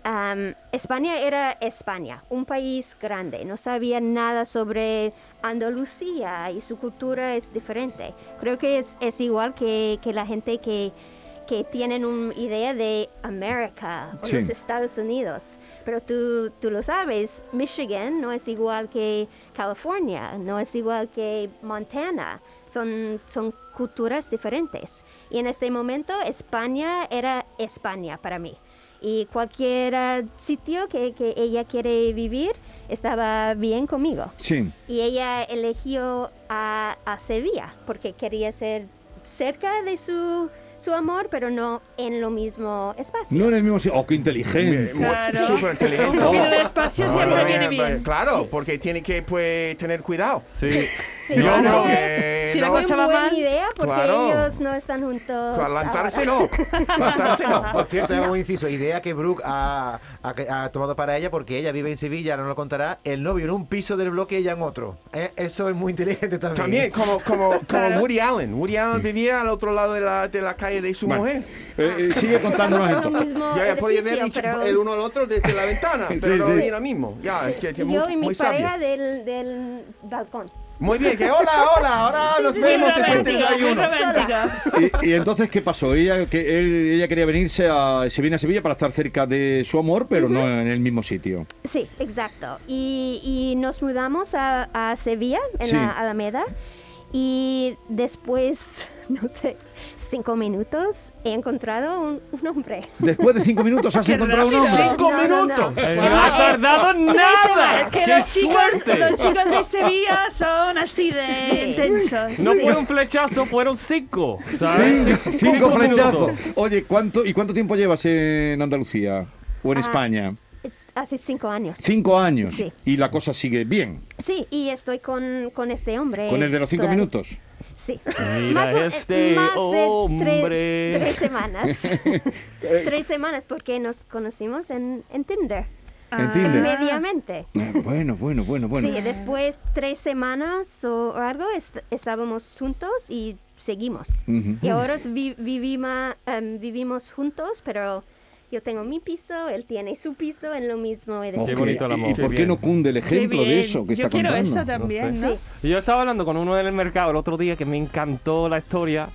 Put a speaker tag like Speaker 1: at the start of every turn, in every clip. Speaker 1: am, España era España, un país grande. No sabía nada sobre Andalucía y su cultura es diferente. Creo que es, es igual que, que la gente que, que tienen una idea de América o
Speaker 2: Sí.
Speaker 1: los Estados Unidos. Pero tú, tú lo sabes, Michigan no es igual que California, no es igual que Montana. Son, son culturas diferentes. Y en este momento España era España para mí. Y cualquier eh, sitio que, que ella quiere vivir estaba bien conmigo.
Speaker 2: Sí.
Speaker 1: Y ella eligió a, a Sevilla porque quería ser cerca de su, su amor, pero no en lo mismo espacio.
Speaker 2: No en el mismo sitio. Oh, qué inteligente.
Speaker 3: Claro.
Speaker 4: Súper
Speaker 3: Un
Speaker 4: inteligente.
Speaker 3: poquito de espacio siempre viene bien.
Speaker 4: Claro, porque tiene que pues, tener cuidado.
Speaker 2: Eh,
Speaker 5: Sí.
Speaker 1: Sí,
Speaker 4: Yo
Speaker 1: creo
Speaker 4: creo
Speaker 1: que
Speaker 4: que
Speaker 3: Si la
Speaker 4: no,
Speaker 1: fue
Speaker 3: cosa va
Speaker 1: una buena
Speaker 3: mal,
Speaker 1: idea porque
Speaker 4: claro.
Speaker 1: ellos no están juntos.
Speaker 4: lanzarse
Speaker 1: ahora.
Speaker 4: no. Lanzarse no.
Speaker 6: Por cierto, hago un inciso. Idea que Brooke ha, ha- ha tomado para ella porque ella vive en Sevilla, ahora nos lo contará. El novio en un piso del bloque y ella en otro. Eh, Eso es muy inteligente también.
Speaker 4: También, como, como, como
Speaker 3: Claro.
Speaker 4: Woody Allen. Woody Allen vivía al otro lado de la, de la calle de su
Speaker 2: Bueno,
Speaker 4: mujer.
Speaker 2: eh, eh, sigue contándonos
Speaker 1: Estamos en lo
Speaker 2: entonces.
Speaker 1: mismo
Speaker 4: Ya, ya podía haber
Speaker 1: edificio,
Speaker 4: dicho
Speaker 1: pero
Speaker 4: el uno al otro desde la ventana,
Speaker 2: Sí,
Speaker 4: pero no
Speaker 2: sí.
Speaker 4: era mismo. Ya, es que, que muy,
Speaker 1: yo y mi
Speaker 4: muy sabio.
Speaker 1: pareja del, del balcón.
Speaker 4: Muy bien, que hola, hola, ahora nos
Speaker 1: sí,
Speaker 4: vemos
Speaker 1: sí,
Speaker 4: después
Speaker 1: sí,
Speaker 4: del
Speaker 1: sí,
Speaker 3: Romántica, muy
Speaker 4: desayuno.
Speaker 3: romántica.
Speaker 2: Y, y entonces qué pasó? Ella que él- ella quería venirse a se viene a Sevilla para estar cerca de su amor, pero no en el mismo sitio.
Speaker 1: Sí, exacto. Y, y nos mudamos a, a Sevilla, en
Speaker 2: Sí.
Speaker 1: la Alameda. Y después, no sé, cinco minutos, he encontrado un, un hombre.
Speaker 2: Después de cinco minutos has
Speaker 3: Qué
Speaker 2: encontrado un
Speaker 3: rápido.
Speaker 2: hombre.
Speaker 4: Cinco
Speaker 1: No, no, no.
Speaker 4: minutos.
Speaker 5: Eh, No ha tardado nada.
Speaker 3: Es que
Speaker 5: ¡Qué
Speaker 3: los chicos,
Speaker 5: suerte!
Speaker 3: los chicos de Sevilla son así de
Speaker 1: Sí.
Speaker 3: intensos.
Speaker 5: No
Speaker 1: Sí.
Speaker 5: fue un flechazo, fueron cinco. ¿Sabes?
Speaker 2: Cinco,
Speaker 5: Cinco
Speaker 2: cinco flechazos.
Speaker 5: minutos.
Speaker 2: Oye, ¿cuánto y cuánto tiempo llevas en Andalucía o en
Speaker 1: Ah.
Speaker 2: España?
Speaker 1: Hace cinco años.
Speaker 2: Cinco años
Speaker 1: Sí.
Speaker 2: y la cosa sigue bien.
Speaker 1: Sí, y estoy con, con este hombre.
Speaker 2: Con el de los cinco
Speaker 1: todavía.
Speaker 2: minutos.
Speaker 1: Sí.
Speaker 5: Mira
Speaker 1: o- eh,
Speaker 5: este
Speaker 1: más de tre-
Speaker 5: hombre.
Speaker 1: tres semanas. tres semanas porque nos conocimos en, en Tinder.
Speaker 2: En
Speaker 3: Ah,
Speaker 2: Tinder.
Speaker 1: Mediamente.
Speaker 2: Eh, Bueno, bueno, bueno, bueno.
Speaker 1: Sí, después tres semanas o algo est- estábamos juntos y seguimos.
Speaker 2: Ujú.
Speaker 1: Y ahora vi- vivima- em, vivimos juntos, pero yo tengo mi piso, él tiene su piso en lo mismo edificio.
Speaker 5: Qué bonito el amor.
Speaker 2: ¿Y por
Speaker 4: Qué
Speaker 2: qué
Speaker 4: bien.
Speaker 2: no cunde el
Speaker 3: Qué
Speaker 2: ejemplo de
Speaker 3: bien.
Speaker 2: eso que
Speaker 3: Yo
Speaker 2: está
Speaker 3: quiero
Speaker 2: contando?
Speaker 3: eso también, ¿no?
Speaker 1: Sí.
Speaker 5: Yo estaba hablando con uno en el mercado el otro día que me encantó la historia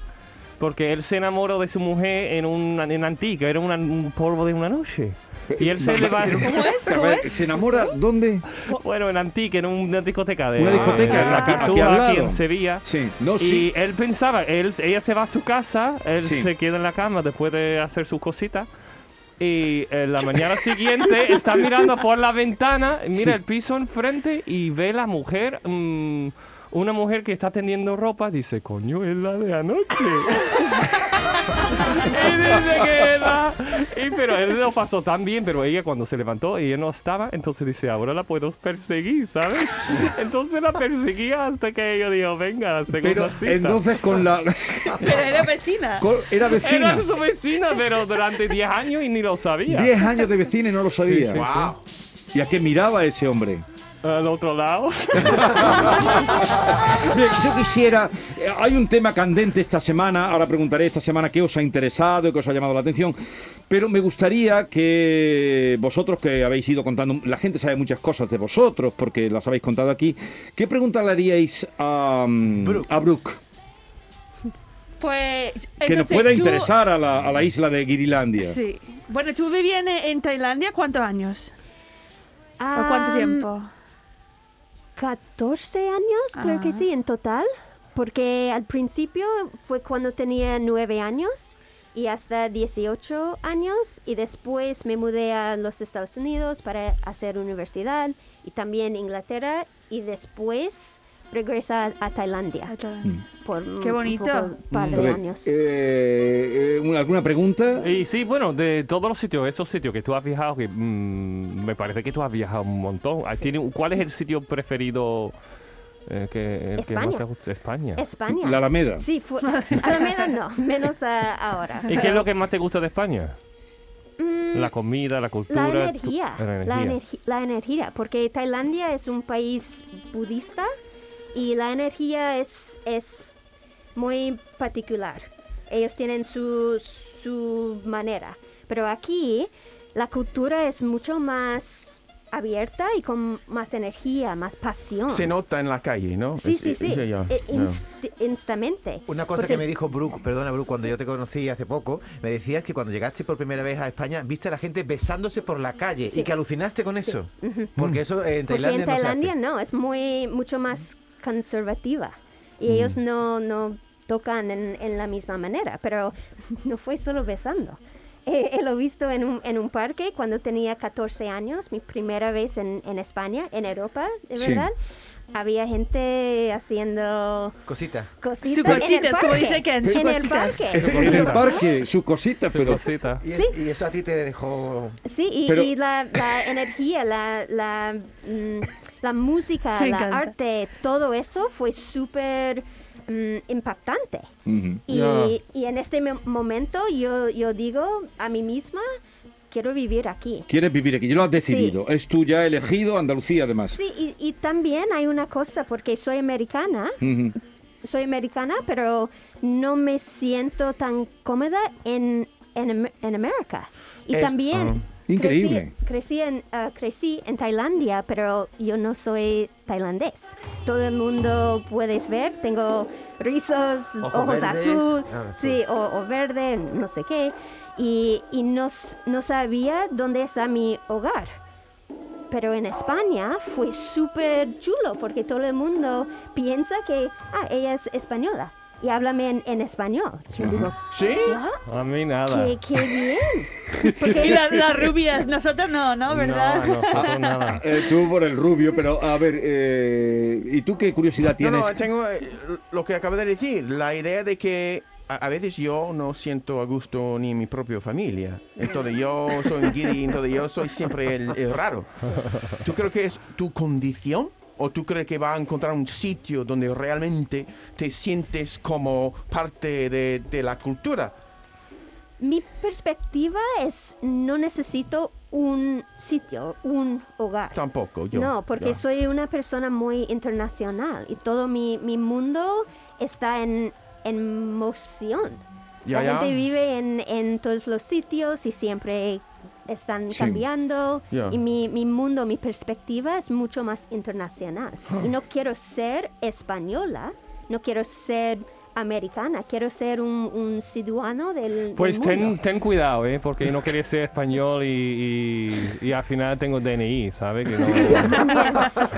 Speaker 5: porque él se enamoró de su mujer en una en antica, era una- un polvo de una noche. Y él
Speaker 2: Eh,
Speaker 5: se le va.
Speaker 3: ¿Cómo es?
Speaker 2: A
Speaker 3: ¿Cómo
Speaker 2: ver,
Speaker 3: es?
Speaker 2: ¿Se enamora dónde?
Speaker 5: Bueno, en antica, en una discoteca de.
Speaker 2: Una discoteca,
Speaker 5: en la
Speaker 2: aquí- aquí
Speaker 5: Cartuja,
Speaker 2: al
Speaker 5: aquí,
Speaker 2: lado.
Speaker 5: en Sevilla.
Speaker 2: Sí, no,
Speaker 5: y
Speaker 2: Oh, sí.
Speaker 5: él pensaba, él, ella se va a su casa, él
Speaker 2: Sí.
Speaker 5: se queda en la cama después de hacer sus cositas. Y en la mañana siguiente está mirando por la ventana, mira
Speaker 2: Sí.
Speaker 5: el piso enfrente y ve la mujer mm, una mujer que está tendiendo ropa dice, coño, es la de anoche. y dice que es la... Y, pero él lo pasó tan bien, pero ella cuando se levantó, ella no estaba, entonces dice, ahora la puedo perseguir, ¿sabes? Entonces la perseguía hasta que ella dijo, venga, segunda
Speaker 2: Pero
Speaker 5: cita.
Speaker 2: entonces con la...
Speaker 3: Pero era vecina.
Speaker 2: con- era
Speaker 5: Era
Speaker 2: vecina.
Speaker 5: su vecina, pero durante 10 años y ni lo sabía.
Speaker 2: 10 años de vecina y no lo sabía.
Speaker 4: Wow.
Speaker 2: ¿Y a qué miraba ese hombre?
Speaker 5: Al otro lado.
Speaker 2: Bien, Yo quisiera, eh, hay un tema candente esta semana, ahora preguntaré esta semana qué os ha interesado y qué os ha llamado la atención, pero me gustaría que vosotros que habéis ido contando, la gente sabe muchas cosas de vosotros porque las habéis contado aquí, ¿qué pregunta le haríais a, mm,
Speaker 6: Brooke.
Speaker 2: a Brooke?
Speaker 3: Pues.
Speaker 2: Que nos
Speaker 3: entonces,
Speaker 2: pueda
Speaker 3: tú-
Speaker 2: interesar a la, a la isla de Guirilandia.
Speaker 3: Sí. Bueno, tú vivías en, en Tailandia cuántos años? ¿O cuánto
Speaker 1: Am,
Speaker 3: tiempo?
Speaker 1: 14 años, creo que
Speaker 3: Ajá.
Speaker 1: sí, en total. Porque al principio fue cuando tenía 9 años y hasta 18 años. Y después me mudé a los Estados Unidos para hacer universidad y también Inglaterresa. Y después regresa a Tailandia
Speaker 2: Mm.
Speaker 1: por un
Speaker 3: Qué bonito.
Speaker 1: poco- par
Speaker 2: A
Speaker 1: de
Speaker 2: ver,
Speaker 1: años.
Speaker 2: eh, eh, una- ¿Alguna pregunta?
Speaker 5: Y sí, bueno, de todos los sitios, esos sitios que tú has viajado, que mm, me parece que tú has viajado un montón. Ah, tiene- ¿Cuál es el sitio preferido eh, que, el que más
Speaker 1: España.
Speaker 5: te gusta? España.
Speaker 1: España.
Speaker 2: La Alameda.
Speaker 1: Sí, fue, Alameda no, menos ah, ahora.
Speaker 5: ¿Y qué es lo que más te gusta de España?
Speaker 1: Mm,
Speaker 5: La comida, la cultura.
Speaker 1: La
Speaker 5: tu-
Speaker 1: energía,
Speaker 5: la energía.
Speaker 1: La, energi- la energía, porque Tailandia es un país budista y la energía es, es muy particular. Ellos tienen su, su manera, pero aquí la cultura es mucho más abierta y con más energía, más pasión.
Speaker 4: Se nota en la calle, ¿no?
Speaker 1: sí,
Speaker 4: Es-
Speaker 1: sí,
Speaker 4: es-
Speaker 1: sí,
Speaker 4: ya, ya,
Speaker 1: eh,
Speaker 4: ya.
Speaker 1: inst- instantamente.
Speaker 6: Una cosa
Speaker 1: Porque-
Speaker 6: que me dijo Brooke, perdona Brooke, cuando yo te conocí hace poco, me decías que cuando llegaste por primera vez a España viste a la gente besándose por la calle y que alucinaste con eso. Porque eso eh, en
Speaker 1: Porque
Speaker 6: Tailandia,
Speaker 1: en Tailandia
Speaker 6: no
Speaker 1: no, es muy mucho más conservativa y
Speaker 6: Mm.
Speaker 1: ellos no, no tocan en, en la misma manera, pero no fue solo besando. Eh, eh, lo he visto en un, en un parque cuando tenía 14 años, mi primera vez en, en España, en Europa, de
Speaker 2: Sí.
Speaker 1: verdad. Había gente haciendo
Speaker 6: se hace. Cosita.
Speaker 1: cositas.
Speaker 3: Su
Speaker 1: en el
Speaker 3: cositas, como
Speaker 1: parque,
Speaker 3: dice Ken, su
Speaker 1: En el
Speaker 3: cositas.
Speaker 1: parque.
Speaker 2: En el parque, sus cositas,
Speaker 5: Qué
Speaker 2: pero...
Speaker 5: cosita.
Speaker 6: Y,
Speaker 1: Sí.
Speaker 6: y eso a ti te dejó...
Speaker 1: Sí, y,
Speaker 2: Pero-
Speaker 1: y la, la energía, la, la, mm, la música,
Speaker 3: Me
Speaker 1: la
Speaker 3: encanta.
Speaker 1: arte, todo eso fue súper mm, impactante.
Speaker 2: Ujú.
Speaker 1: Y,
Speaker 5: Ya.
Speaker 1: y en este mo- momento yo, yo digo a mí misma, quiero vivir aquí.
Speaker 2: Quieres vivir aquí, ya lo has decidido. Es tú ya elegido Andalucía, además.
Speaker 1: Sí, y, y también hay una cosa, porque soy americana,
Speaker 2: Ujú.
Speaker 1: soy americana, pero no me siento tan cómoda en, en, Am- en América. Y
Speaker 6: Es-
Speaker 1: también... crecí-
Speaker 2: Increíble.
Speaker 1: Crecí, en, ah, crecí en Tailandia, pero yo no soy tailandés. Todo el mundo puedes ver, tengo rizos,
Speaker 6: Ojos
Speaker 1: ojos,
Speaker 6: verdes.
Speaker 1: azul,
Speaker 6: Ah,
Speaker 1: sí, o, o verde, no sé qué. Y, y no, s- no sabía dónde está mi hogar. Pero en España fue súper chulo porque todo el mundo piensa que ah, ella es española y háblame en, en español. Yo digo,
Speaker 4: ¿Sí?
Speaker 1: "Ah,
Speaker 5: A mí nada.
Speaker 1: qué, qué bien.
Speaker 3: Y
Speaker 1: Porque
Speaker 3: las, las rubias, nosotros no, ¿no? ¿Verdad?
Speaker 5: No, nosotros nada.
Speaker 2: Eh, tú por el rubio, pero a ver, eh, ¿y tú qué curiosidad
Speaker 4: No,
Speaker 2: tienes?
Speaker 4: no, tengo eh, lo que acabo de decir, la idea de que a, a veces yo no siento a gusto ni en mi propia familia. Entonces yo soy un guiri, entonces yo soy siempre el, el raro. ¿Tú crees que es tu condición? ¿O tú crees que vas a encontrar un sitio donde realmente te sientes como parte de, de la cultura?
Speaker 1: mi perspectiva es no necesito un sitio, un hogar.
Speaker 4: Tampoco yo.
Speaker 1: no, porque
Speaker 4: Ya.
Speaker 1: soy una persona muy internacional y todo mi, mi mundo está en, en moción.
Speaker 4: Ya,
Speaker 1: La
Speaker 4: ya.
Speaker 1: gente vive en, en todos los sitios y siempre están
Speaker 2: Sí.
Speaker 1: cambiando.
Speaker 4: Ya.
Speaker 1: Y mi, mi mundo, mi perspectiva es mucho más internacional. Y no quiero ser española, no quiero ser americana, quiero ser un, un ciudadano del, del
Speaker 5: Pues ten,
Speaker 1: mundo.
Speaker 5: ten cuidado, ¿eh? Porque yo no quería ser español y, y, y al final tengo DNI, ¿sabes? Que no...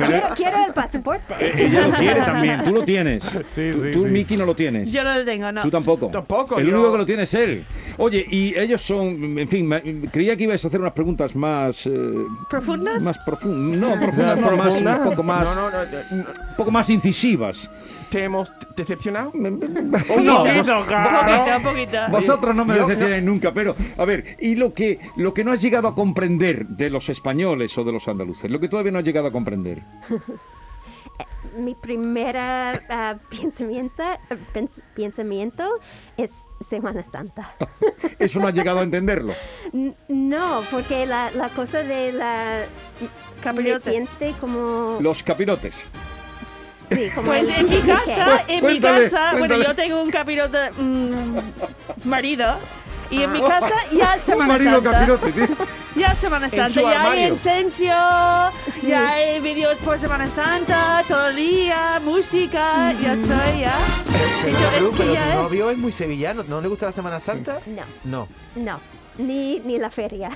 Speaker 1: Quiero, quiero el pasaporte.
Speaker 5: Eh,
Speaker 2: Ella lo tiene también, tú lo tienes.
Speaker 5: Sí,
Speaker 2: tú,
Speaker 5: sí,
Speaker 2: tú
Speaker 5: sí.
Speaker 2: Miki, no lo tienes.
Speaker 3: Yo no lo tengo, no.
Speaker 2: Tú tampoco.
Speaker 4: Tampoco,
Speaker 2: El
Speaker 4: yo-
Speaker 2: único que lo tiene es él. Oye, y ellos son, en fin, me- creía que ibas a hacer unas preguntas más... eh,
Speaker 3: ¿Profundas?
Speaker 2: Más profundas. No, profundas, no, más,
Speaker 5: ¿Profundas?
Speaker 2: un poco más,
Speaker 4: No, no, no, eh, no,
Speaker 2: un poco más incisivas.
Speaker 4: ¿Te hemos decepcionado?
Speaker 5: Un
Speaker 2: No,
Speaker 5: poquito,
Speaker 3: Un
Speaker 5: claro.
Speaker 3: poquito, un poquito.
Speaker 2: Vosotros no me
Speaker 4: Yo-
Speaker 2: decepcionáis nunca, pero a ver, y lo que lo que no has llegado a comprender de los españoles o de los andaluces, lo que todavía no has llegado a comprender.
Speaker 1: Mi primera ah, pensamiento, pens- pensamiento es Semana Santa.
Speaker 2: Eso no has llegado a entenderlo.
Speaker 1: N- No, porque la, la cosa de la... Me
Speaker 3: Capirote.
Speaker 1: siente como...
Speaker 2: Los capirotes.
Speaker 1: Sí, como
Speaker 3: Pues
Speaker 1: el-
Speaker 3: en mi casa, en mi
Speaker 2: Cuéntale,
Speaker 3: casa, bueno,
Speaker 2: cuéntale.
Speaker 3: yo tengo un capirote mm, marido. Y en mi casa ya es
Speaker 2: Un
Speaker 3: Semana
Speaker 2: marido
Speaker 3: Santa.
Speaker 2: capirote, tío.
Speaker 3: Ya es Semana Santa.
Speaker 4: su
Speaker 3: Ya hay
Speaker 4: armario.
Speaker 3: incencio, ya hay vídeos por Semana Santa, todo el día, música, ya estoy, ya. De hecho,
Speaker 6: Pero,
Speaker 3: es
Speaker 6: pero
Speaker 3: que
Speaker 6: tu
Speaker 3: ya es.
Speaker 6: novio es muy sevillano, ¿no le gusta la Semana Santa?
Speaker 1: No,
Speaker 6: No.
Speaker 1: no, ni, ni la feria.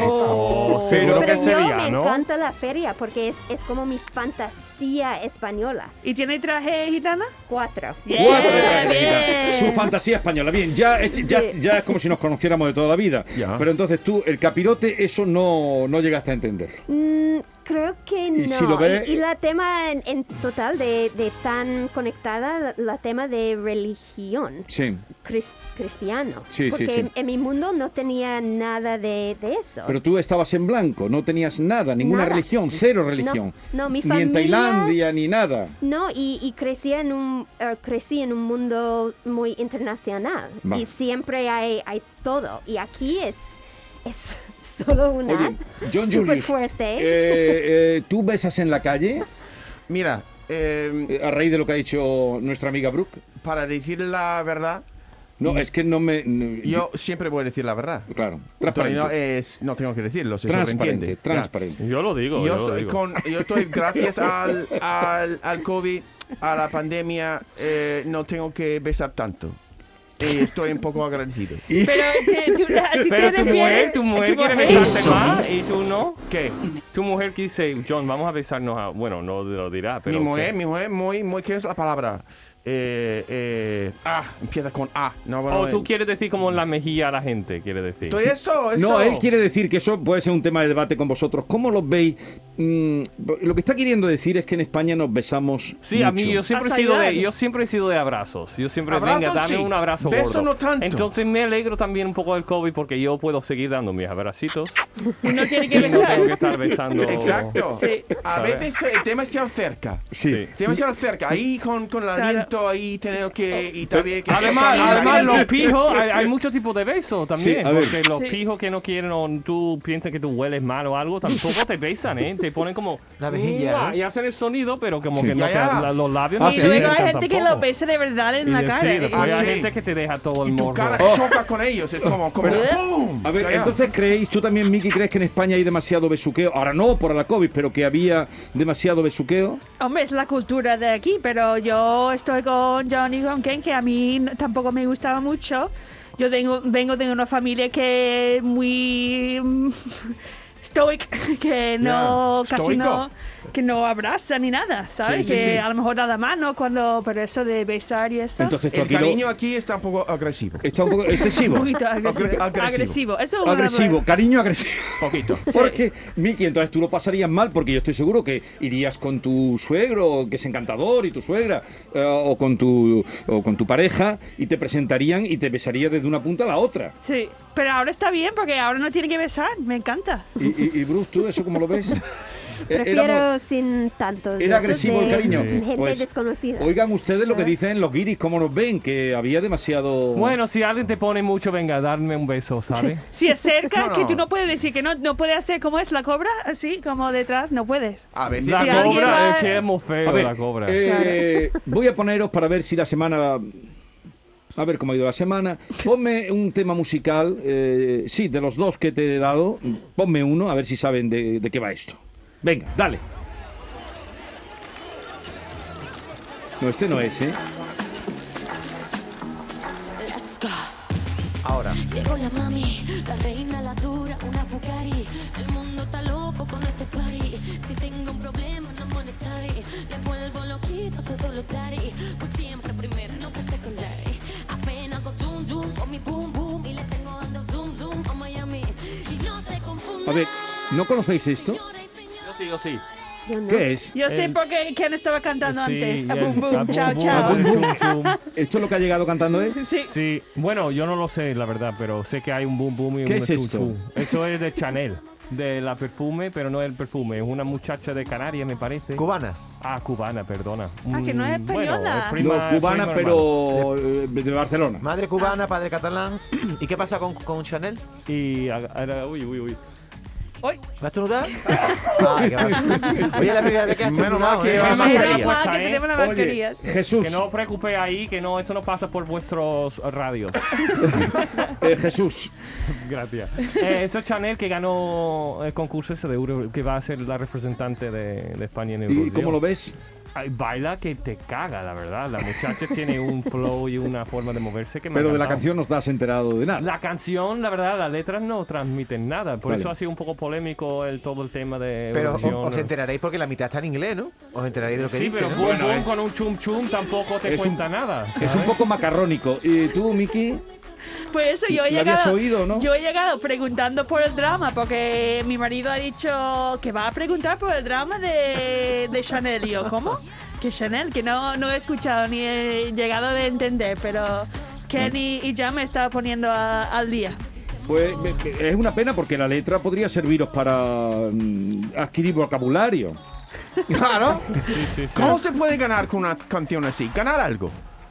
Speaker 5: Oh,
Speaker 1: Pero,
Speaker 5: seguro que
Speaker 1: yo
Speaker 5: sería,
Speaker 1: me
Speaker 5: ¿no?
Speaker 1: encanta la feria porque es, es como mi fantasía española.
Speaker 3: ¿Y tiene traje gitana?
Speaker 1: Cuatro.
Speaker 3: Bien,
Speaker 2: Cuatro de cada vida. Su
Speaker 3: bien.
Speaker 2: fantasía española. Bien, ya es, ya,
Speaker 1: Sí.
Speaker 2: ya es como si nos conociéramos de toda la vida.
Speaker 4: Ya.
Speaker 2: Pero entonces tú, el capirote, eso no, no llegaste a entenderlo.
Speaker 1: Mm, creo que no.
Speaker 2: Y si lo ve-
Speaker 1: y, y la tema en, en total de, de tan conectada, la, la tema de religión
Speaker 2: Sí.
Speaker 1: cris- cristiano.
Speaker 2: Sí, sí,
Speaker 1: porque
Speaker 2: sí.
Speaker 1: en mi mundo no tenía nada de, de eso.
Speaker 2: Pero tú estabas en blanco, no tenías nada, ninguna
Speaker 1: Ah. Nada.
Speaker 2: religión, cero
Speaker 1: No,
Speaker 2: religión.
Speaker 1: no, mi
Speaker 2: Ni en
Speaker 1: familia-
Speaker 2: Tailandia, ni nada.
Speaker 1: No, y, y crecí, en un, eh, crecí en un mundo muy internacional.
Speaker 2: Va.
Speaker 1: Y siempre hay, hay todo. Y aquí es, es solo una
Speaker 2: Oye, John
Speaker 1: súper
Speaker 2: Julius,
Speaker 1: fuerte.
Speaker 2: eh, eh, ¿Tú besas en la calle?
Speaker 4: Mira, eh,
Speaker 2: Eh, A raíz de lo que ha dicho nuestra amiga Brooke.
Speaker 4: para decir la verdad,
Speaker 2: No, es que no me. no,
Speaker 4: yo siempre voy a decir la verdad.
Speaker 2: Claro,
Speaker 4: Entonces, No,
Speaker 2: transparente.
Speaker 4: eh, es, no tengo que decirlo, se
Speaker 2: Transparente,
Speaker 4: sobreentiende. Ya.
Speaker 2: transparente.
Speaker 5: Yo lo digo, yo,
Speaker 4: Yo,
Speaker 5: lo
Speaker 4: soy
Speaker 5: digo.
Speaker 4: con- yo estoy, gracias al, al, al COVID, a la pandemia, eh, no tengo que besar tanto. Y estoy un poco agradecido.
Speaker 3: Pero te- tú, a ti
Speaker 5: Pero
Speaker 3: te
Speaker 5: tu mujer,
Speaker 3: refieres.
Speaker 5: tu mujer quiere
Speaker 3: mujer.
Speaker 5: besarte más y tú no.
Speaker 4: ¿Qué?
Speaker 5: Tu mujer quise, John, vamos a besarnos a... Bueno, no lo dirá, pero...
Speaker 4: mi mujer,
Speaker 5: que-
Speaker 4: mi mujer, muy, muy, ¿qué es la palabra? Eh, eh, ah, empieza con A. No, bueno,
Speaker 5: O Oh, tú
Speaker 4: eh,
Speaker 5: quieres decir como en la mejilla a la gente, quiere decir.
Speaker 4: Todo esto, esto.
Speaker 2: No, él quiere decir que eso puede ser un tema de debate con vosotros. ¿Cómo los veis? Mm, lo que está queriendo decir es que en España nos besamos.
Speaker 5: Sí, a mí
Speaker 2: mucho.
Speaker 5: yo siempre he
Speaker 3: Hasta
Speaker 5: sido
Speaker 3: ayudar.
Speaker 5: de, yo siempre he sido de abrazos. Yo siempre
Speaker 4: Abrazos,
Speaker 5: venga, dame
Speaker 4: sí.
Speaker 5: un abrazo
Speaker 4: Beso
Speaker 5: gordo.
Speaker 4: no tanto.
Speaker 5: Entonces me alegro también un poco del COVID porque yo puedo seguir dando mis abracitos.
Speaker 3: No tiene
Speaker 5: y
Speaker 3: que
Speaker 5: no
Speaker 3: pensar.
Speaker 5: tengo que estar besando.
Speaker 4: Exacto.
Speaker 3: Sí.
Speaker 4: A
Speaker 5: Sabe.
Speaker 4: veces es demasiado cerca.
Speaker 5: Sí.
Speaker 4: Demasiado cerca. Ahí con, con el
Speaker 3: Claro.
Speaker 4: aliento, ahí tener que. Y también que.
Speaker 5: Además,
Speaker 4: chocar.
Speaker 5: además los pijos, hay, hay muchos tipos de besos
Speaker 2: Sí,
Speaker 5: también.
Speaker 2: a ver.
Speaker 5: porque los
Speaker 3: Sí.
Speaker 5: pijos que no quieren o tú piensas que tú hueles mal o algo, tampoco te besan, ¿eh? Te ponen como.
Speaker 6: La mejilla,
Speaker 5: "Mua",
Speaker 6: ¿no?
Speaker 5: Y hacen el sonido, pero como
Speaker 2: Sí.
Speaker 5: que no
Speaker 4: Ya, ya.
Speaker 5: te- la- los labios
Speaker 2: Ah,
Speaker 5: no
Speaker 3: Y
Speaker 2: sí.
Speaker 5: se
Speaker 3: luego hay
Speaker 5: acercan
Speaker 3: gente que lo
Speaker 5: tampoco.
Speaker 3: besa de verdad en
Speaker 5: Y
Speaker 3: la
Speaker 5: de-
Speaker 3: cara.
Speaker 5: Sí, después
Speaker 4: Ah,
Speaker 5: hay
Speaker 4: sí.
Speaker 5: gente que te deja todo el
Speaker 4: Y tu
Speaker 5: morro.
Speaker 4: cara choca con ellos. Es como. como
Speaker 5: ¿Eh?
Speaker 4: ¡pum!
Speaker 2: A ver,
Speaker 4: Ya, ya.
Speaker 2: entonces creéis, tú también, Miki, crees que en España hay demasiado besuqueo. Ahora no por la COVID, pero que había demasiado besuqueo.
Speaker 3: Hombre, es la cultura de aquí, pero yo estoy con John y con Ken, que a mí n- tampoco me gustaba mucho. Yo tengo, vengo de una familia que es muy mm, stoic, que no,
Speaker 4: Ya,
Speaker 3: casi
Speaker 4: estoico.
Speaker 3: no, que no abraza ni nada, ¿sabes?
Speaker 4: Sí, sí,
Speaker 3: que
Speaker 4: sí.
Speaker 3: a lo mejor da la mano cuando, pero eso de besar y eso,
Speaker 2: Entonces tú
Speaker 4: El
Speaker 2: aquí lo-
Speaker 4: cariño aquí está un poco agresivo.
Speaker 2: está un poco excesivo.
Speaker 3: un poquito agresivo.
Speaker 4: Agre- agresivo.
Speaker 3: Eso es una
Speaker 2: agresivo, cariño agresivo.
Speaker 4: Poquito.
Speaker 2: Porque, Miki, entonces tú lo pasarías mal, porque yo estoy seguro que irías con tu suegro, que es encantador, y tu suegra, eh, o, con tu, o con tu pareja, y te presentarían y te besaría desde una punta a la otra.
Speaker 3: Sí, pero ahora está bien porque ahora no tiene que besar, me encanta.
Speaker 2: Y, y- y, Bruce, ¿tú eso cómo lo ves? Eh,
Speaker 1: Prefiero
Speaker 2: éramos-
Speaker 1: sin tanto.
Speaker 2: Era
Speaker 1: besos
Speaker 2: agresivo el
Speaker 1: de
Speaker 2: cariño.
Speaker 1: Gente
Speaker 2: Pues,
Speaker 1: desconocida.
Speaker 2: Oigan ustedes lo que dicen los guiris, cómo nos ven, que había demasiado...
Speaker 5: Bueno, si alguien te pone mucho, venga, darme un beso, ¿sabes?
Speaker 3: Si es cerca,
Speaker 4: No, no.
Speaker 3: que tú no puedes decir que no, no puedes hacer como es la cobra, así como detrás, no puedes.
Speaker 4: A veces.
Speaker 5: La
Speaker 3: Si alguien
Speaker 5: cobra
Speaker 3: va-
Speaker 5: es que es muy feo,
Speaker 2: A ver,
Speaker 5: la cobra.
Speaker 2: eh, voy a poneros para ver si la semana. A ver cómo ha ido la semana. Ponme un tema musical, eh, sí, de los dos que te he dado, ponme uno, a ver si saben de, de qué va esto. Venga, dale. No, este no es, ¿eh?
Speaker 7: Let's go.
Speaker 6: Ahora.
Speaker 7: Llegó la mami, la reina, la dura, una Bugatti. El mundo está loco con este party. Si tengo un problema, no monetary. Le vuelvo loquito todo lo daddy. Pues siempre primero, nunca secondary. Apenas hago zoom zoom con mi boom boom y le tengo
Speaker 2: A ver, ¿no conocéis esto?
Speaker 8: Yo sí, yo sí.
Speaker 1: Yo no.
Speaker 2: ¿Qué es?
Speaker 3: Yo sé
Speaker 5: El-
Speaker 3: por qué quién estaba cantando
Speaker 5: Sí,
Speaker 3: antes. A
Speaker 5: el-
Speaker 3: boom,
Speaker 5: a
Speaker 3: boom,
Speaker 5: Boom
Speaker 3: chao,
Speaker 5: Boom,
Speaker 1: Ah.
Speaker 3: chao.
Speaker 5: a Boom Boom.
Speaker 2: ¿Esto es lo que ha llegado cantando él?
Speaker 3: Sí.
Speaker 5: Sí, bueno, yo no lo sé, la verdad, pero sé que hay un boom boom y
Speaker 2: ¿Qué
Speaker 5: un
Speaker 2: es
Speaker 5: chum
Speaker 2: esto?
Speaker 5: chum. Eso es de Chanel, de la perfume, pero no es el perfume, es una muchacha de Canarias, me parece.
Speaker 6: Cubana.
Speaker 5: Ah, cubana, perdona.
Speaker 3: Ah, que no es
Speaker 5: Mm, bueno,
Speaker 3: española.
Speaker 5: prima-
Speaker 2: no, cubana,
Speaker 5: prima hermana.
Speaker 2: pero eh, de Barcelona.
Speaker 6: Madre
Speaker 3: Ah.
Speaker 6: cubana, padre catalán. ¿Y qué pasa con, con Chanel?
Speaker 5: Y. ah, ah, uy, uy, uy.
Speaker 6: ¿Me has saludado? Ay, qué va. Oye, la primera vez que has
Speaker 4: Menos
Speaker 6: estornudado,
Speaker 4: mal que
Speaker 6: ¿eh?
Speaker 4: lleva
Speaker 3: Menos
Speaker 4: mascarilla.
Speaker 3: mal
Speaker 5: Está
Speaker 3: que
Speaker 5: bien.
Speaker 3: tenemos las
Speaker 2: Oye,
Speaker 3: mascarillas.
Speaker 2: Jesús,
Speaker 5: Que no os preocupéis ahí, que no, eso no pasa por vuestros radios.
Speaker 2: eh, Jesús,
Speaker 5: Gracias. Eh, eso es Chanel que ganó el concurso ese de Euro, que va a ser la representante de, de España en Eurovisión.
Speaker 2: ¿y cómo lo ves?
Speaker 5: Ay, Baila que te caga, la verdad. La muchacha tiene un flow y una forma de moverse que me ha
Speaker 2: Pero de la
Speaker 5: encantado.
Speaker 2: canción no estás enterado de nada.
Speaker 5: La canción, la verdad, las letras no transmiten nada. Por
Speaker 2: Vale.
Speaker 5: eso ha sido un poco polémico el, todo el tema de
Speaker 6: Pero os,
Speaker 5: Eurovisión.
Speaker 6: os enteraréis porque la mitad está en inglés, ¿no? Os enteraréis de lo que
Speaker 5: Sí,
Speaker 6: dice,
Speaker 5: pero
Speaker 6: ¿no?
Speaker 5: boom,
Speaker 2: Bueno,
Speaker 5: boom
Speaker 2: es-
Speaker 5: con un chum chum tampoco te
Speaker 2: es un-
Speaker 5: cuenta nada.
Speaker 2: Es un poco macarrónico. ¿Y tú, Miki?
Speaker 3: Pues eso, yo he
Speaker 2: ¿Lo habías
Speaker 3: llegado.
Speaker 2: oído, no?
Speaker 3: Yo he llegado preguntando por el drama, porque mi marido ha dicho que va a preguntar por el drama de, de Chanel. Y yo, ¿cómo? Que Chanel, que no, no he escuchado ni he llegado de entender, pero Kenny y ya me estaba poniendo a- al día.
Speaker 2: Pues me- me- es una pena porque la letra podría serviros para mm, adquirir vocabulario.
Speaker 4: Claro.
Speaker 5: Sí, sí.
Speaker 4: ¿Cómo se puede ganar con una canción así? ¿Ganar algo?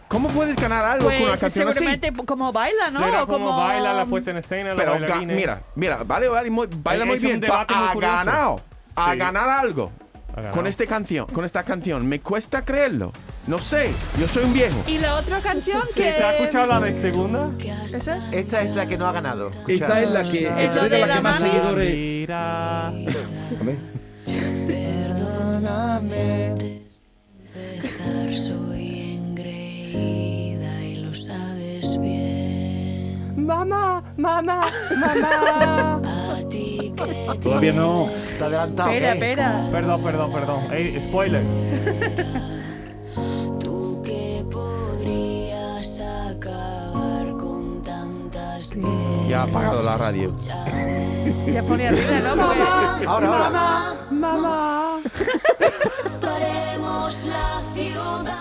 Speaker 4: ¿Cómo puedes ganar algo con una
Speaker 3: Pues
Speaker 4: canción así?
Speaker 3: seguramente como baila, ¿no?
Speaker 5: Será
Speaker 3: O
Speaker 5: como baila la puesta en escena,
Speaker 4: Pero
Speaker 5: los
Speaker 4: ga-
Speaker 5: bailarines.
Speaker 4: mira, mira, vale, vale, muy- baila
Speaker 5: ¿eh? Es-
Speaker 4: muy
Speaker 5: es un
Speaker 4: bien. pa-
Speaker 5: debate muy
Speaker 4: ha
Speaker 5: curioso.
Speaker 4: ganado. A
Speaker 5: Sí.
Speaker 4: ganar algo.
Speaker 5: Ha ganado.
Speaker 4: Con esta canción, con esta canción. Me cuesta creerlo. No sé, yo soy un viejo.
Speaker 3: Y la otra canción
Speaker 5: ¿Te
Speaker 3: que.
Speaker 5: has escuchado la de segunda?
Speaker 3: ¿Esa es?
Speaker 6: Esta es la que no ha ganado.
Speaker 2: Esta
Speaker 6: Escuchad.
Speaker 2: es la que,
Speaker 3: Entonces,
Speaker 2: esta es la
Speaker 3: la
Speaker 2: que más
Speaker 3: mano-
Speaker 2: seguidores.
Speaker 5: Mira.
Speaker 2: A ver.
Speaker 9: Perdóname. Empezar soy engreída y lo sabes bien.
Speaker 5: Mamá, mamá, mamá.
Speaker 9: A ti que
Speaker 2: Todavía no.
Speaker 6: Se ha adelantado.
Speaker 3: Espera,
Speaker 6: ¿eh?
Speaker 3: espera.
Speaker 5: perdón, perdón, perdón. Ey, spoiler.
Speaker 9: tú que podrías acabar con tantas que
Speaker 4: Ya ha apagado la radio.
Speaker 3: Ya ponía arriba, ¿no? Porque-
Speaker 6: Ahora, ahora.
Speaker 9: paremos la ciudad.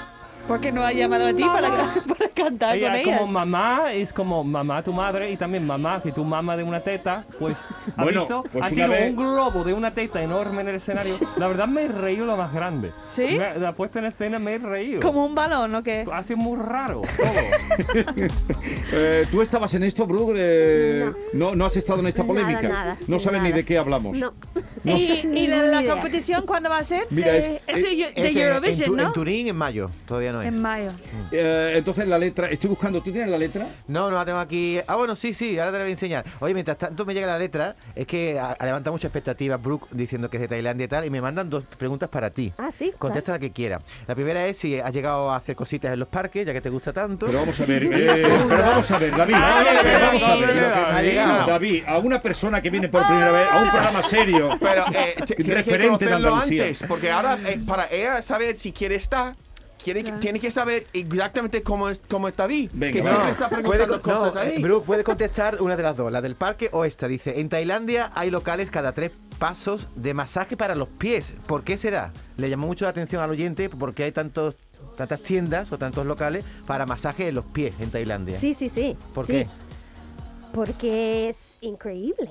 Speaker 3: Porque no ha llamado a ti para, para cantar con
Speaker 5: Ella es
Speaker 3: ellas.
Speaker 5: como mamá, es como mamá tu madre y también mamá que tu mamá de una teta, pues ha
Speaker 2: Bueno,
Speaker 5: visto,
Speaker 2: pues
Speaker 5: ha
Speaker 2: una
Speaker 5: tenido
Speaker 2: vez-
Speaker 5: un globo de una teta enorme en el escenario. La verdad me he reído lo más grande.
Speaker 3: ¿Sí?
Speaker 5: Me- la puesta en escena me he reído.
Speaker 3: Como un balón, ¿o qué?
Speaker 5: Ha sido muy raro. todo.
Speaker 2: Eh, ¿Tú estabas en esto, Brug? no. no, has estado en esta polémica.
Speaker 1: Nada, nada,
Speaker 2: no sabes ni
Speaker 1: nada.
Speaker 2: de qué hablamos.
Speaker 1: No.
Speaker 3: ¿Y, y la,
Speaker 1: Ninguna
Speaker 3: la
Speaker 1: idea.
Speaker 3: competición cuándo va a ser?
Speaker 2: Mira,
Speaker 3: de,
Speaker 2: es-
Speaker 3: eso yo- de
Speaker 6: Es en- en,
Speaker 3: Eurovision,
Speaker 6: Tu- en
Speaker 3: ¿no?
Speaker 6: Turín en mayo. Todavía no es.
Speaker 3: En mayo.
Speaker 2: Eh, entonces la letra, estoy buscando, ¿tú tienes la letra?
Speaker 6: No, no la tengo aquí. Ah, bueno, sí, sí, ahora te la voy a enseñar. Oye, mientras tanto me llega la letra, es que ha, ha levantado mucha expectativa Brooke diciendo que es de Tailandia y tal, y me mandan dos preguntas para ti.
Speaker 1: Ah, sí.
Speaker 6: Contesta la que quiera. La primera es si has llegado a hacer cositas en los parques, ya que te gusta tanto.
Speaker 2: Pero vamos a ver, eh, pero vamos a ver, David,
Speaker 5: Ah,
Speaker 2: pero
Speaker 5: David,
Speaker 2: vamos a ver.
Speaker 5: David,
Speaker 2: David,
Speaker 6: David.
Speaker 2: David, a una persona que viene por primera vez a un programa serio.
Speaker 4: Pero eh, t- tienes que
Speaker 2: Referente de
Speaker 4: conocerlo
Speaker 2: Andalucía.
Speaker 4: antes, porque ahora eh, para ella saber si quiere estar, quiere, que- tiene que saber exactamente cómo, es, cómo está Vi.
Speaker 2: Venga,
Speaker 4: que
Speaker 2: va.
Speaker 4: siempre está preguntando
Speaker 6: puede,
Speaker 4: cosas
Speaker 6: no,
Speaker 4: ahí.
Speaker 6: eh, Brooke, puede contestar una de las dos, la del parque o esta. Dice, en Tailandia hay locales cada tres pasos de masaje para los pies. ¿Por qué será? Le llamó mucho la atención al oyente porque hay tantos tantas tiendas o tantos locales para masaje en los pies en Tailandia.
Speaker 1: Sí, sí, sí.
Speaker 6: ¿Por
Speaker 1: sí.
Speaker 6: qué?
Speaker 1: Porque es increíble.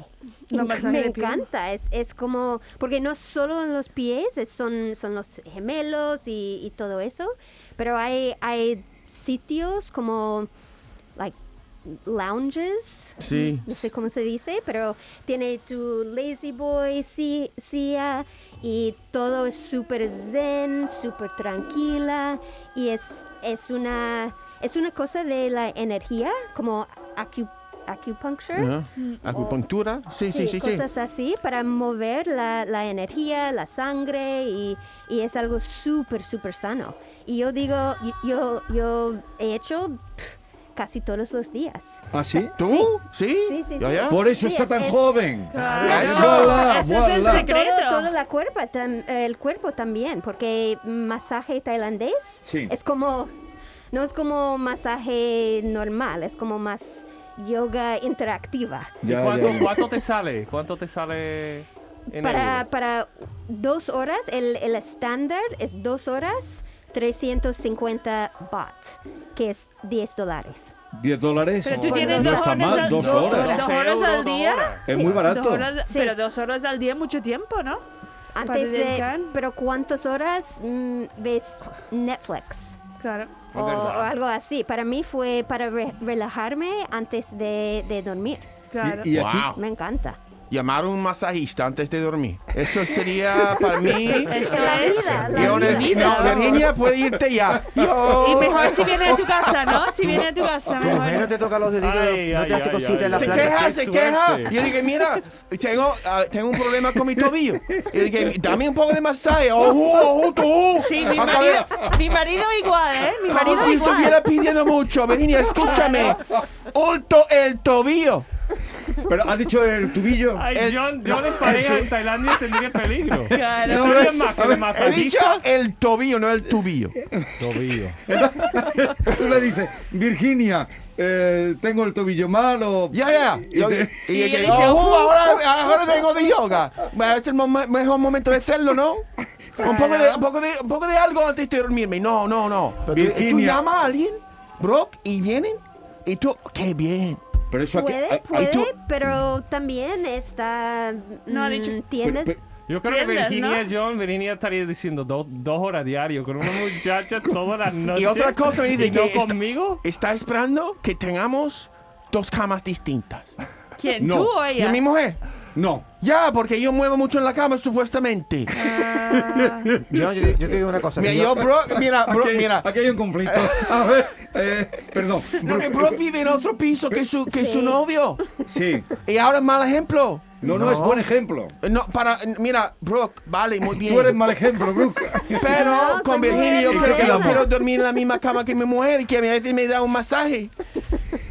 Speaker 3: Los
Speaker 1: Inc-
Speaker 3: masajes
Speaker 1: me
Speaker 3: de piel.
Speaker 1: encanta. Es, es como. Porque no solo en los pies, es- son, son los gemelos y, y todo eso. Pero hay, hay sitios como. Like, lounges.
Speaker 4: Sí.
Speaker 1: No sé cómo se dice, pero tiene tu lazy boy, si- silla. Y todo es súper zen, súper tranquila. Y es, es, una, es una cosa de la energía, como acu- acupuncture. Mm. Oh.
Speaker 4: Ajá. Mm. Acupuntura. Sí, sí, sí, sí.
Speaker 1: cosas así para mover la, la energía, la sangre y, y es algo súper, súper sano. Y yo digo, yo, yo he hecho pff, casi todos los días.
Speaker 2: ¿Ah, sí?
Speaker 4: ¿Tú? ¿Sí?
Speaker 1: Sí, sí,
Speaker 4: ¿Ya,
Speaker 1: sí.
Speaker 4: ya?
Speaker 2: Por eso
Speaker 1: Sí,
Speaker 2: está
Speaker 1: es-
Speaker 2: tan
Speaker 1: es-
Speaker 2: joven.
Speaker 4: Claro.
Speaker 2: Voilà,
Speaker 3: Eso es el
Speaker 2: voilà.
Speaker 3: secreto.
Speaker 1: Todo, todo la cuerpo, tam- el cuerpo también, porque masaje tailandés
Speaker 2: Sí.
Speaker 1: es como, no es como masaje normal, es como más yoga interactiva.
Speaker 5: ¿Y
Speaker 2: Ya,
Speaker 5: cuánto,
Speaker 2: ya, ya.
Speaker 5: cuánto te sale? ¿Cuánto te sale en
Speaker 1: Para,
Speaker 5: euros?
Speaker 1: para dos horas, el el estándar es dos horas 350 baht, que es 10 dólares.
Speaker 2: 10 dólares.
Speaker 3: Pero tú
Speaker 2: No,
Speaker 3: tienes
Speaker 2: no
Speaker 3: dos
Speaker 2: está
Speaker 3: horas,
Speaker 2: mal,
Speaker 3: al-
Speaker 2: dos horas.
Speaker 3: dos
Speaker 5: Dos
Speaker 3: horas
Speaker 5: euros,
Speaker 3: al
Speaker 5: dos
Speaker 3: día.
Speaker 5: horas.
Speaker 2: Es muy
Speaker 3: Dos
Speaker 2: barato.
Speaker 3: horas-
Speaker 1: Sí.
Speaker 3: Pero dos horas al día es mucho tiempo, ¿no? Para
Speaker 1: Antes
Speaker 3: dedicar.
Speaker 1: de... Pero ¿cuántas horas mm, ves Netflix?
Speaker 3: Claro.
Speaker 1: O, o algo así. Para mí fue para re- relajarme antes de, de dormir.
Speaker 3: Claro.
Speaker 2: Y, y aquí,
Speaker 5: Ah.
Speaker 4: Wow.
Speaker 1: Me encanta.
Speaker 4: Llamar a un masajista antes de dormir. Eso sería para mí.
Speaker 3: Eso
Speaker 1: La
Speaker 3: es.
Speaker 1: vida, la
Speaker 4: Yo
Speaker 1: vida.
Speaker 4: neces- no, Virginia puede irte ya. Yo-
Speaker 3: Y
Speaker 6: Oh.
Speaker 3: mejor si viene a tu casa, ¿no? Si viene a tu casa,
Speaker 6: Tu mujer no
Speaker 3: mejor.
Speaker 6: te toca los deditos,
Speaker 5: Ay,
Speaker 6: no te
Speaker 5: ay,
Speaker 6: hace
Speaker 5: ay,
Speaker 6: cositas en la
Speaker 5: ay.
Speaker 4: se
Speaker 6: planta.
Speaker 4: queja,
Speaker 5: qué
Speaker 4: se
Speaker 5: suerte.
Speaker 4: queja. Yo dije, mira, tengo, ah, tengo un problema con mi tobillo. Y dije, dame un poco de masaje. Ojo, ojo, tú.
Speaker 3: Sí, mi
Speaker 4: Acabé-
Speaker 3: marido, mi marido igual, ¿eh? Mi
Speaker 4: Como
Speaker 3: marido
Speaker 4: si
Speaker 3: igual.
Speaker 4: estuviera pidiendo mucho. Virginia, escúchame. Ulto el tobillo.
Speaker 2: pero has dicho el tubillo.
Speaker 5: Ay,
Speaker 4: el-
Speaker 5: yo, yo de pareja en Tailandia tendría peligro.
Speaker 3: Claro.
Speaker 5: Tú eres más que de
Speaker 4: He dicho
Speaker 5: masajista.
Speaker 4: el tobillo, no el tubillo.
Speaker 10: Tobillo.
Speaker 2: Tú le dices, Virginia, eh, tengo el tobillo malo.
Speaker 4: Ya, ya. Yo, y- y-
Speaker 3: Y
Speaker 4: y-
Speaker 3: él
Speaker 4: y-
Speaker 3: dice,
Speaker 4: ojo,
Speaker 3: "Ujú".
Speaker 4: ahora, ahora vengo de yoga. Bueno, Este es el mom- mejor momento de hacerlo, ¿no? Un poco, de, un, poco de, un poco de algo antes de dormirme. No, no, no. Tú, tú
Speaker 2: Virginia.
Speaker 4: llamas a alguien, Brock, y vienen. Y tú, qué bien.
Speaker 2: Pero eso aquí-
Speaker 1: Puede,
Speaker 2: ahí- ahí
Speaker 1: puede,
Speaker 2: tú-
Speaker 1: pero también está...
Speaker 3: No ha
Speaker 1: mm,
Speaker 3: dicho-
Speaker 1: tiendas-
Speaker 2: pero-
Speaker 5: Yo creo que
Speaker 3: Tiendas,
Speaker 5: Virginia
Speaker 3: ¿no?
Speaker 5: John, Virginia estaría diciendo do- dos horas diario con una muchacha todas las noches.
Speaker 4: Y otra cosa me dice
Speaker 5: ¿Y no
Speaker 4: que está-
Speaker 5: conmigo?
Speaker 4: Está esperando que tengamos dos camas distintas.
Speaker 3: ¿Quién?
Speaker 2: No.
Speaker 3: ¿Tú o
Speaker 4: Y
Speaker 3: ella?
Speaker 4: mi mujer.
Speaker 2: no.
Speaker 4: Ya, porque yo muevo mucho en la cama, supuestamente.
Speaker 3: Ah,
Speaker 6: Yo, yo- yo te digo una cosa.
Speaker 4: Mira,
Speaker 6: si yo-
Speaker 4: yo, Brock, mira, Brock,
Speaker 2: Aquí hay-
Speaker 4: mira.
Speaker 2: Aquí hay un conflicto. A ver, eh, perdón.
Speaker 4: No, que Brock vive en otro piso que su, que su
Speaker 1: Sí.
Speaker 4: novio.
Speaker 2: Sí.
Speaker 4: Y ahora es mal ejemplo.
Speaker 2: No, no, es buen ejemplo.
Speaker 4: No, para, mira, Brock, vale, muy bien.
Speaker 2: Tú eres mal ejemplo, Brooke.
Speaker 4: Pero
Speaker 1: No,
Speaker 4: con
Speaker 1: soy
Speaker 4: Virginia yo
Speaker 1: buena.
Speaker 4: creo que yo
Speaker 1: Buena.
Speaker 4: quiero dormir en la misma cama que mi mujer y que a veces me da un masaje.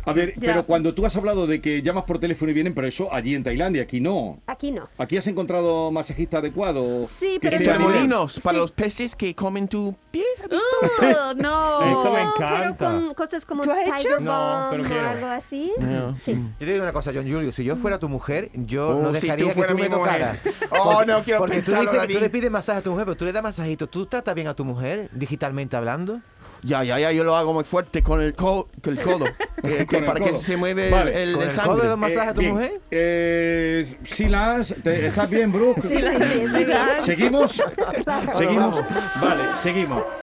Speaker 2: A ver,
Speaker 3: Ya.
Speaker 2: pero cuando tú has hablado de que llamas por teléfono y vienen, pero eso allí en Tailandia, aquí no.
Speaker 1: Aquí no.
Speaker 2: ¿Aquí has encontrado masajista adecuado?
Speaker 1: Sí,
Speaker 2: Que eh,
Speaker 1: pero
Speaker 2: sea nivel-
Speaker 1: no-
Speaker 4: Remolinos, para
Speaker 1: Sí.
Speaker 4: los peces que comen tu pie.
Speaker 3: uh,
Speaker 5: Esto me
Speaker 3: no.
Speaker 1: No, Oh, pero
Speaker 5: encanta.
Speaker 1: con cosas como
Speaker 3: ¿Tú has
Speaker 1: Tiger
Speaker 3: hecho?
Speaker 1: Bomb
Speaker 5: No, pero
Speaker 1: o
Speaker 5: quiero.
Speaker 1: algo así. Sí.
Speaker 6: Yo te digo una cosa, John Julio, si yo fuera tu mujer, yo
Speaker 4: Oh,
Speaker 6: no
Speaker 4: si
Speaker 6: dejaría
Speaker 4: tú
Speaker 6: que
Speaker 4: fueras
Speaker 6: tú me
Speaker 4: mi mujer.
Speaker 6: tocaras.
Speaker 4: Oh,
Speaker 6: Porque-
Speaker 4: no quiero
Speaker 6: Porque tú,
Speaker 4: pensarlo,
Speaker 6: dices- tú
Speaker 4: David.
Speaker 6: le pides masaje a tu mujer, pero tú le das masajitos. ¿Tú tratas bien a tu mujer, digitalmente hablando?
Speaker 4: Ya, ya, ya, yo lo hago muy fuerte con el, co- con el codo. eh, que
Speaker 2: Con el
Speaker 4: para que
Speaker 2: codo.
Speaker 4: se mueve
Speaker 2: Vale.
Speaker 4: el,
Speaker 6: ¿Con
Speaker 4: el
Speaker 6: el codo
Speaker 4: sangre.
Speaker 6: de- masaje a tu
Speaker 2: bien.
Speaker 6: mujer?
Speaker 2: Eh, sí, Lance, te- ¿estás bien, Brooke?
Speaker 1: Sí, sí, sí, sí.
Speaker 2: ¿Seguimos? Seguimos. Vale, seguimos.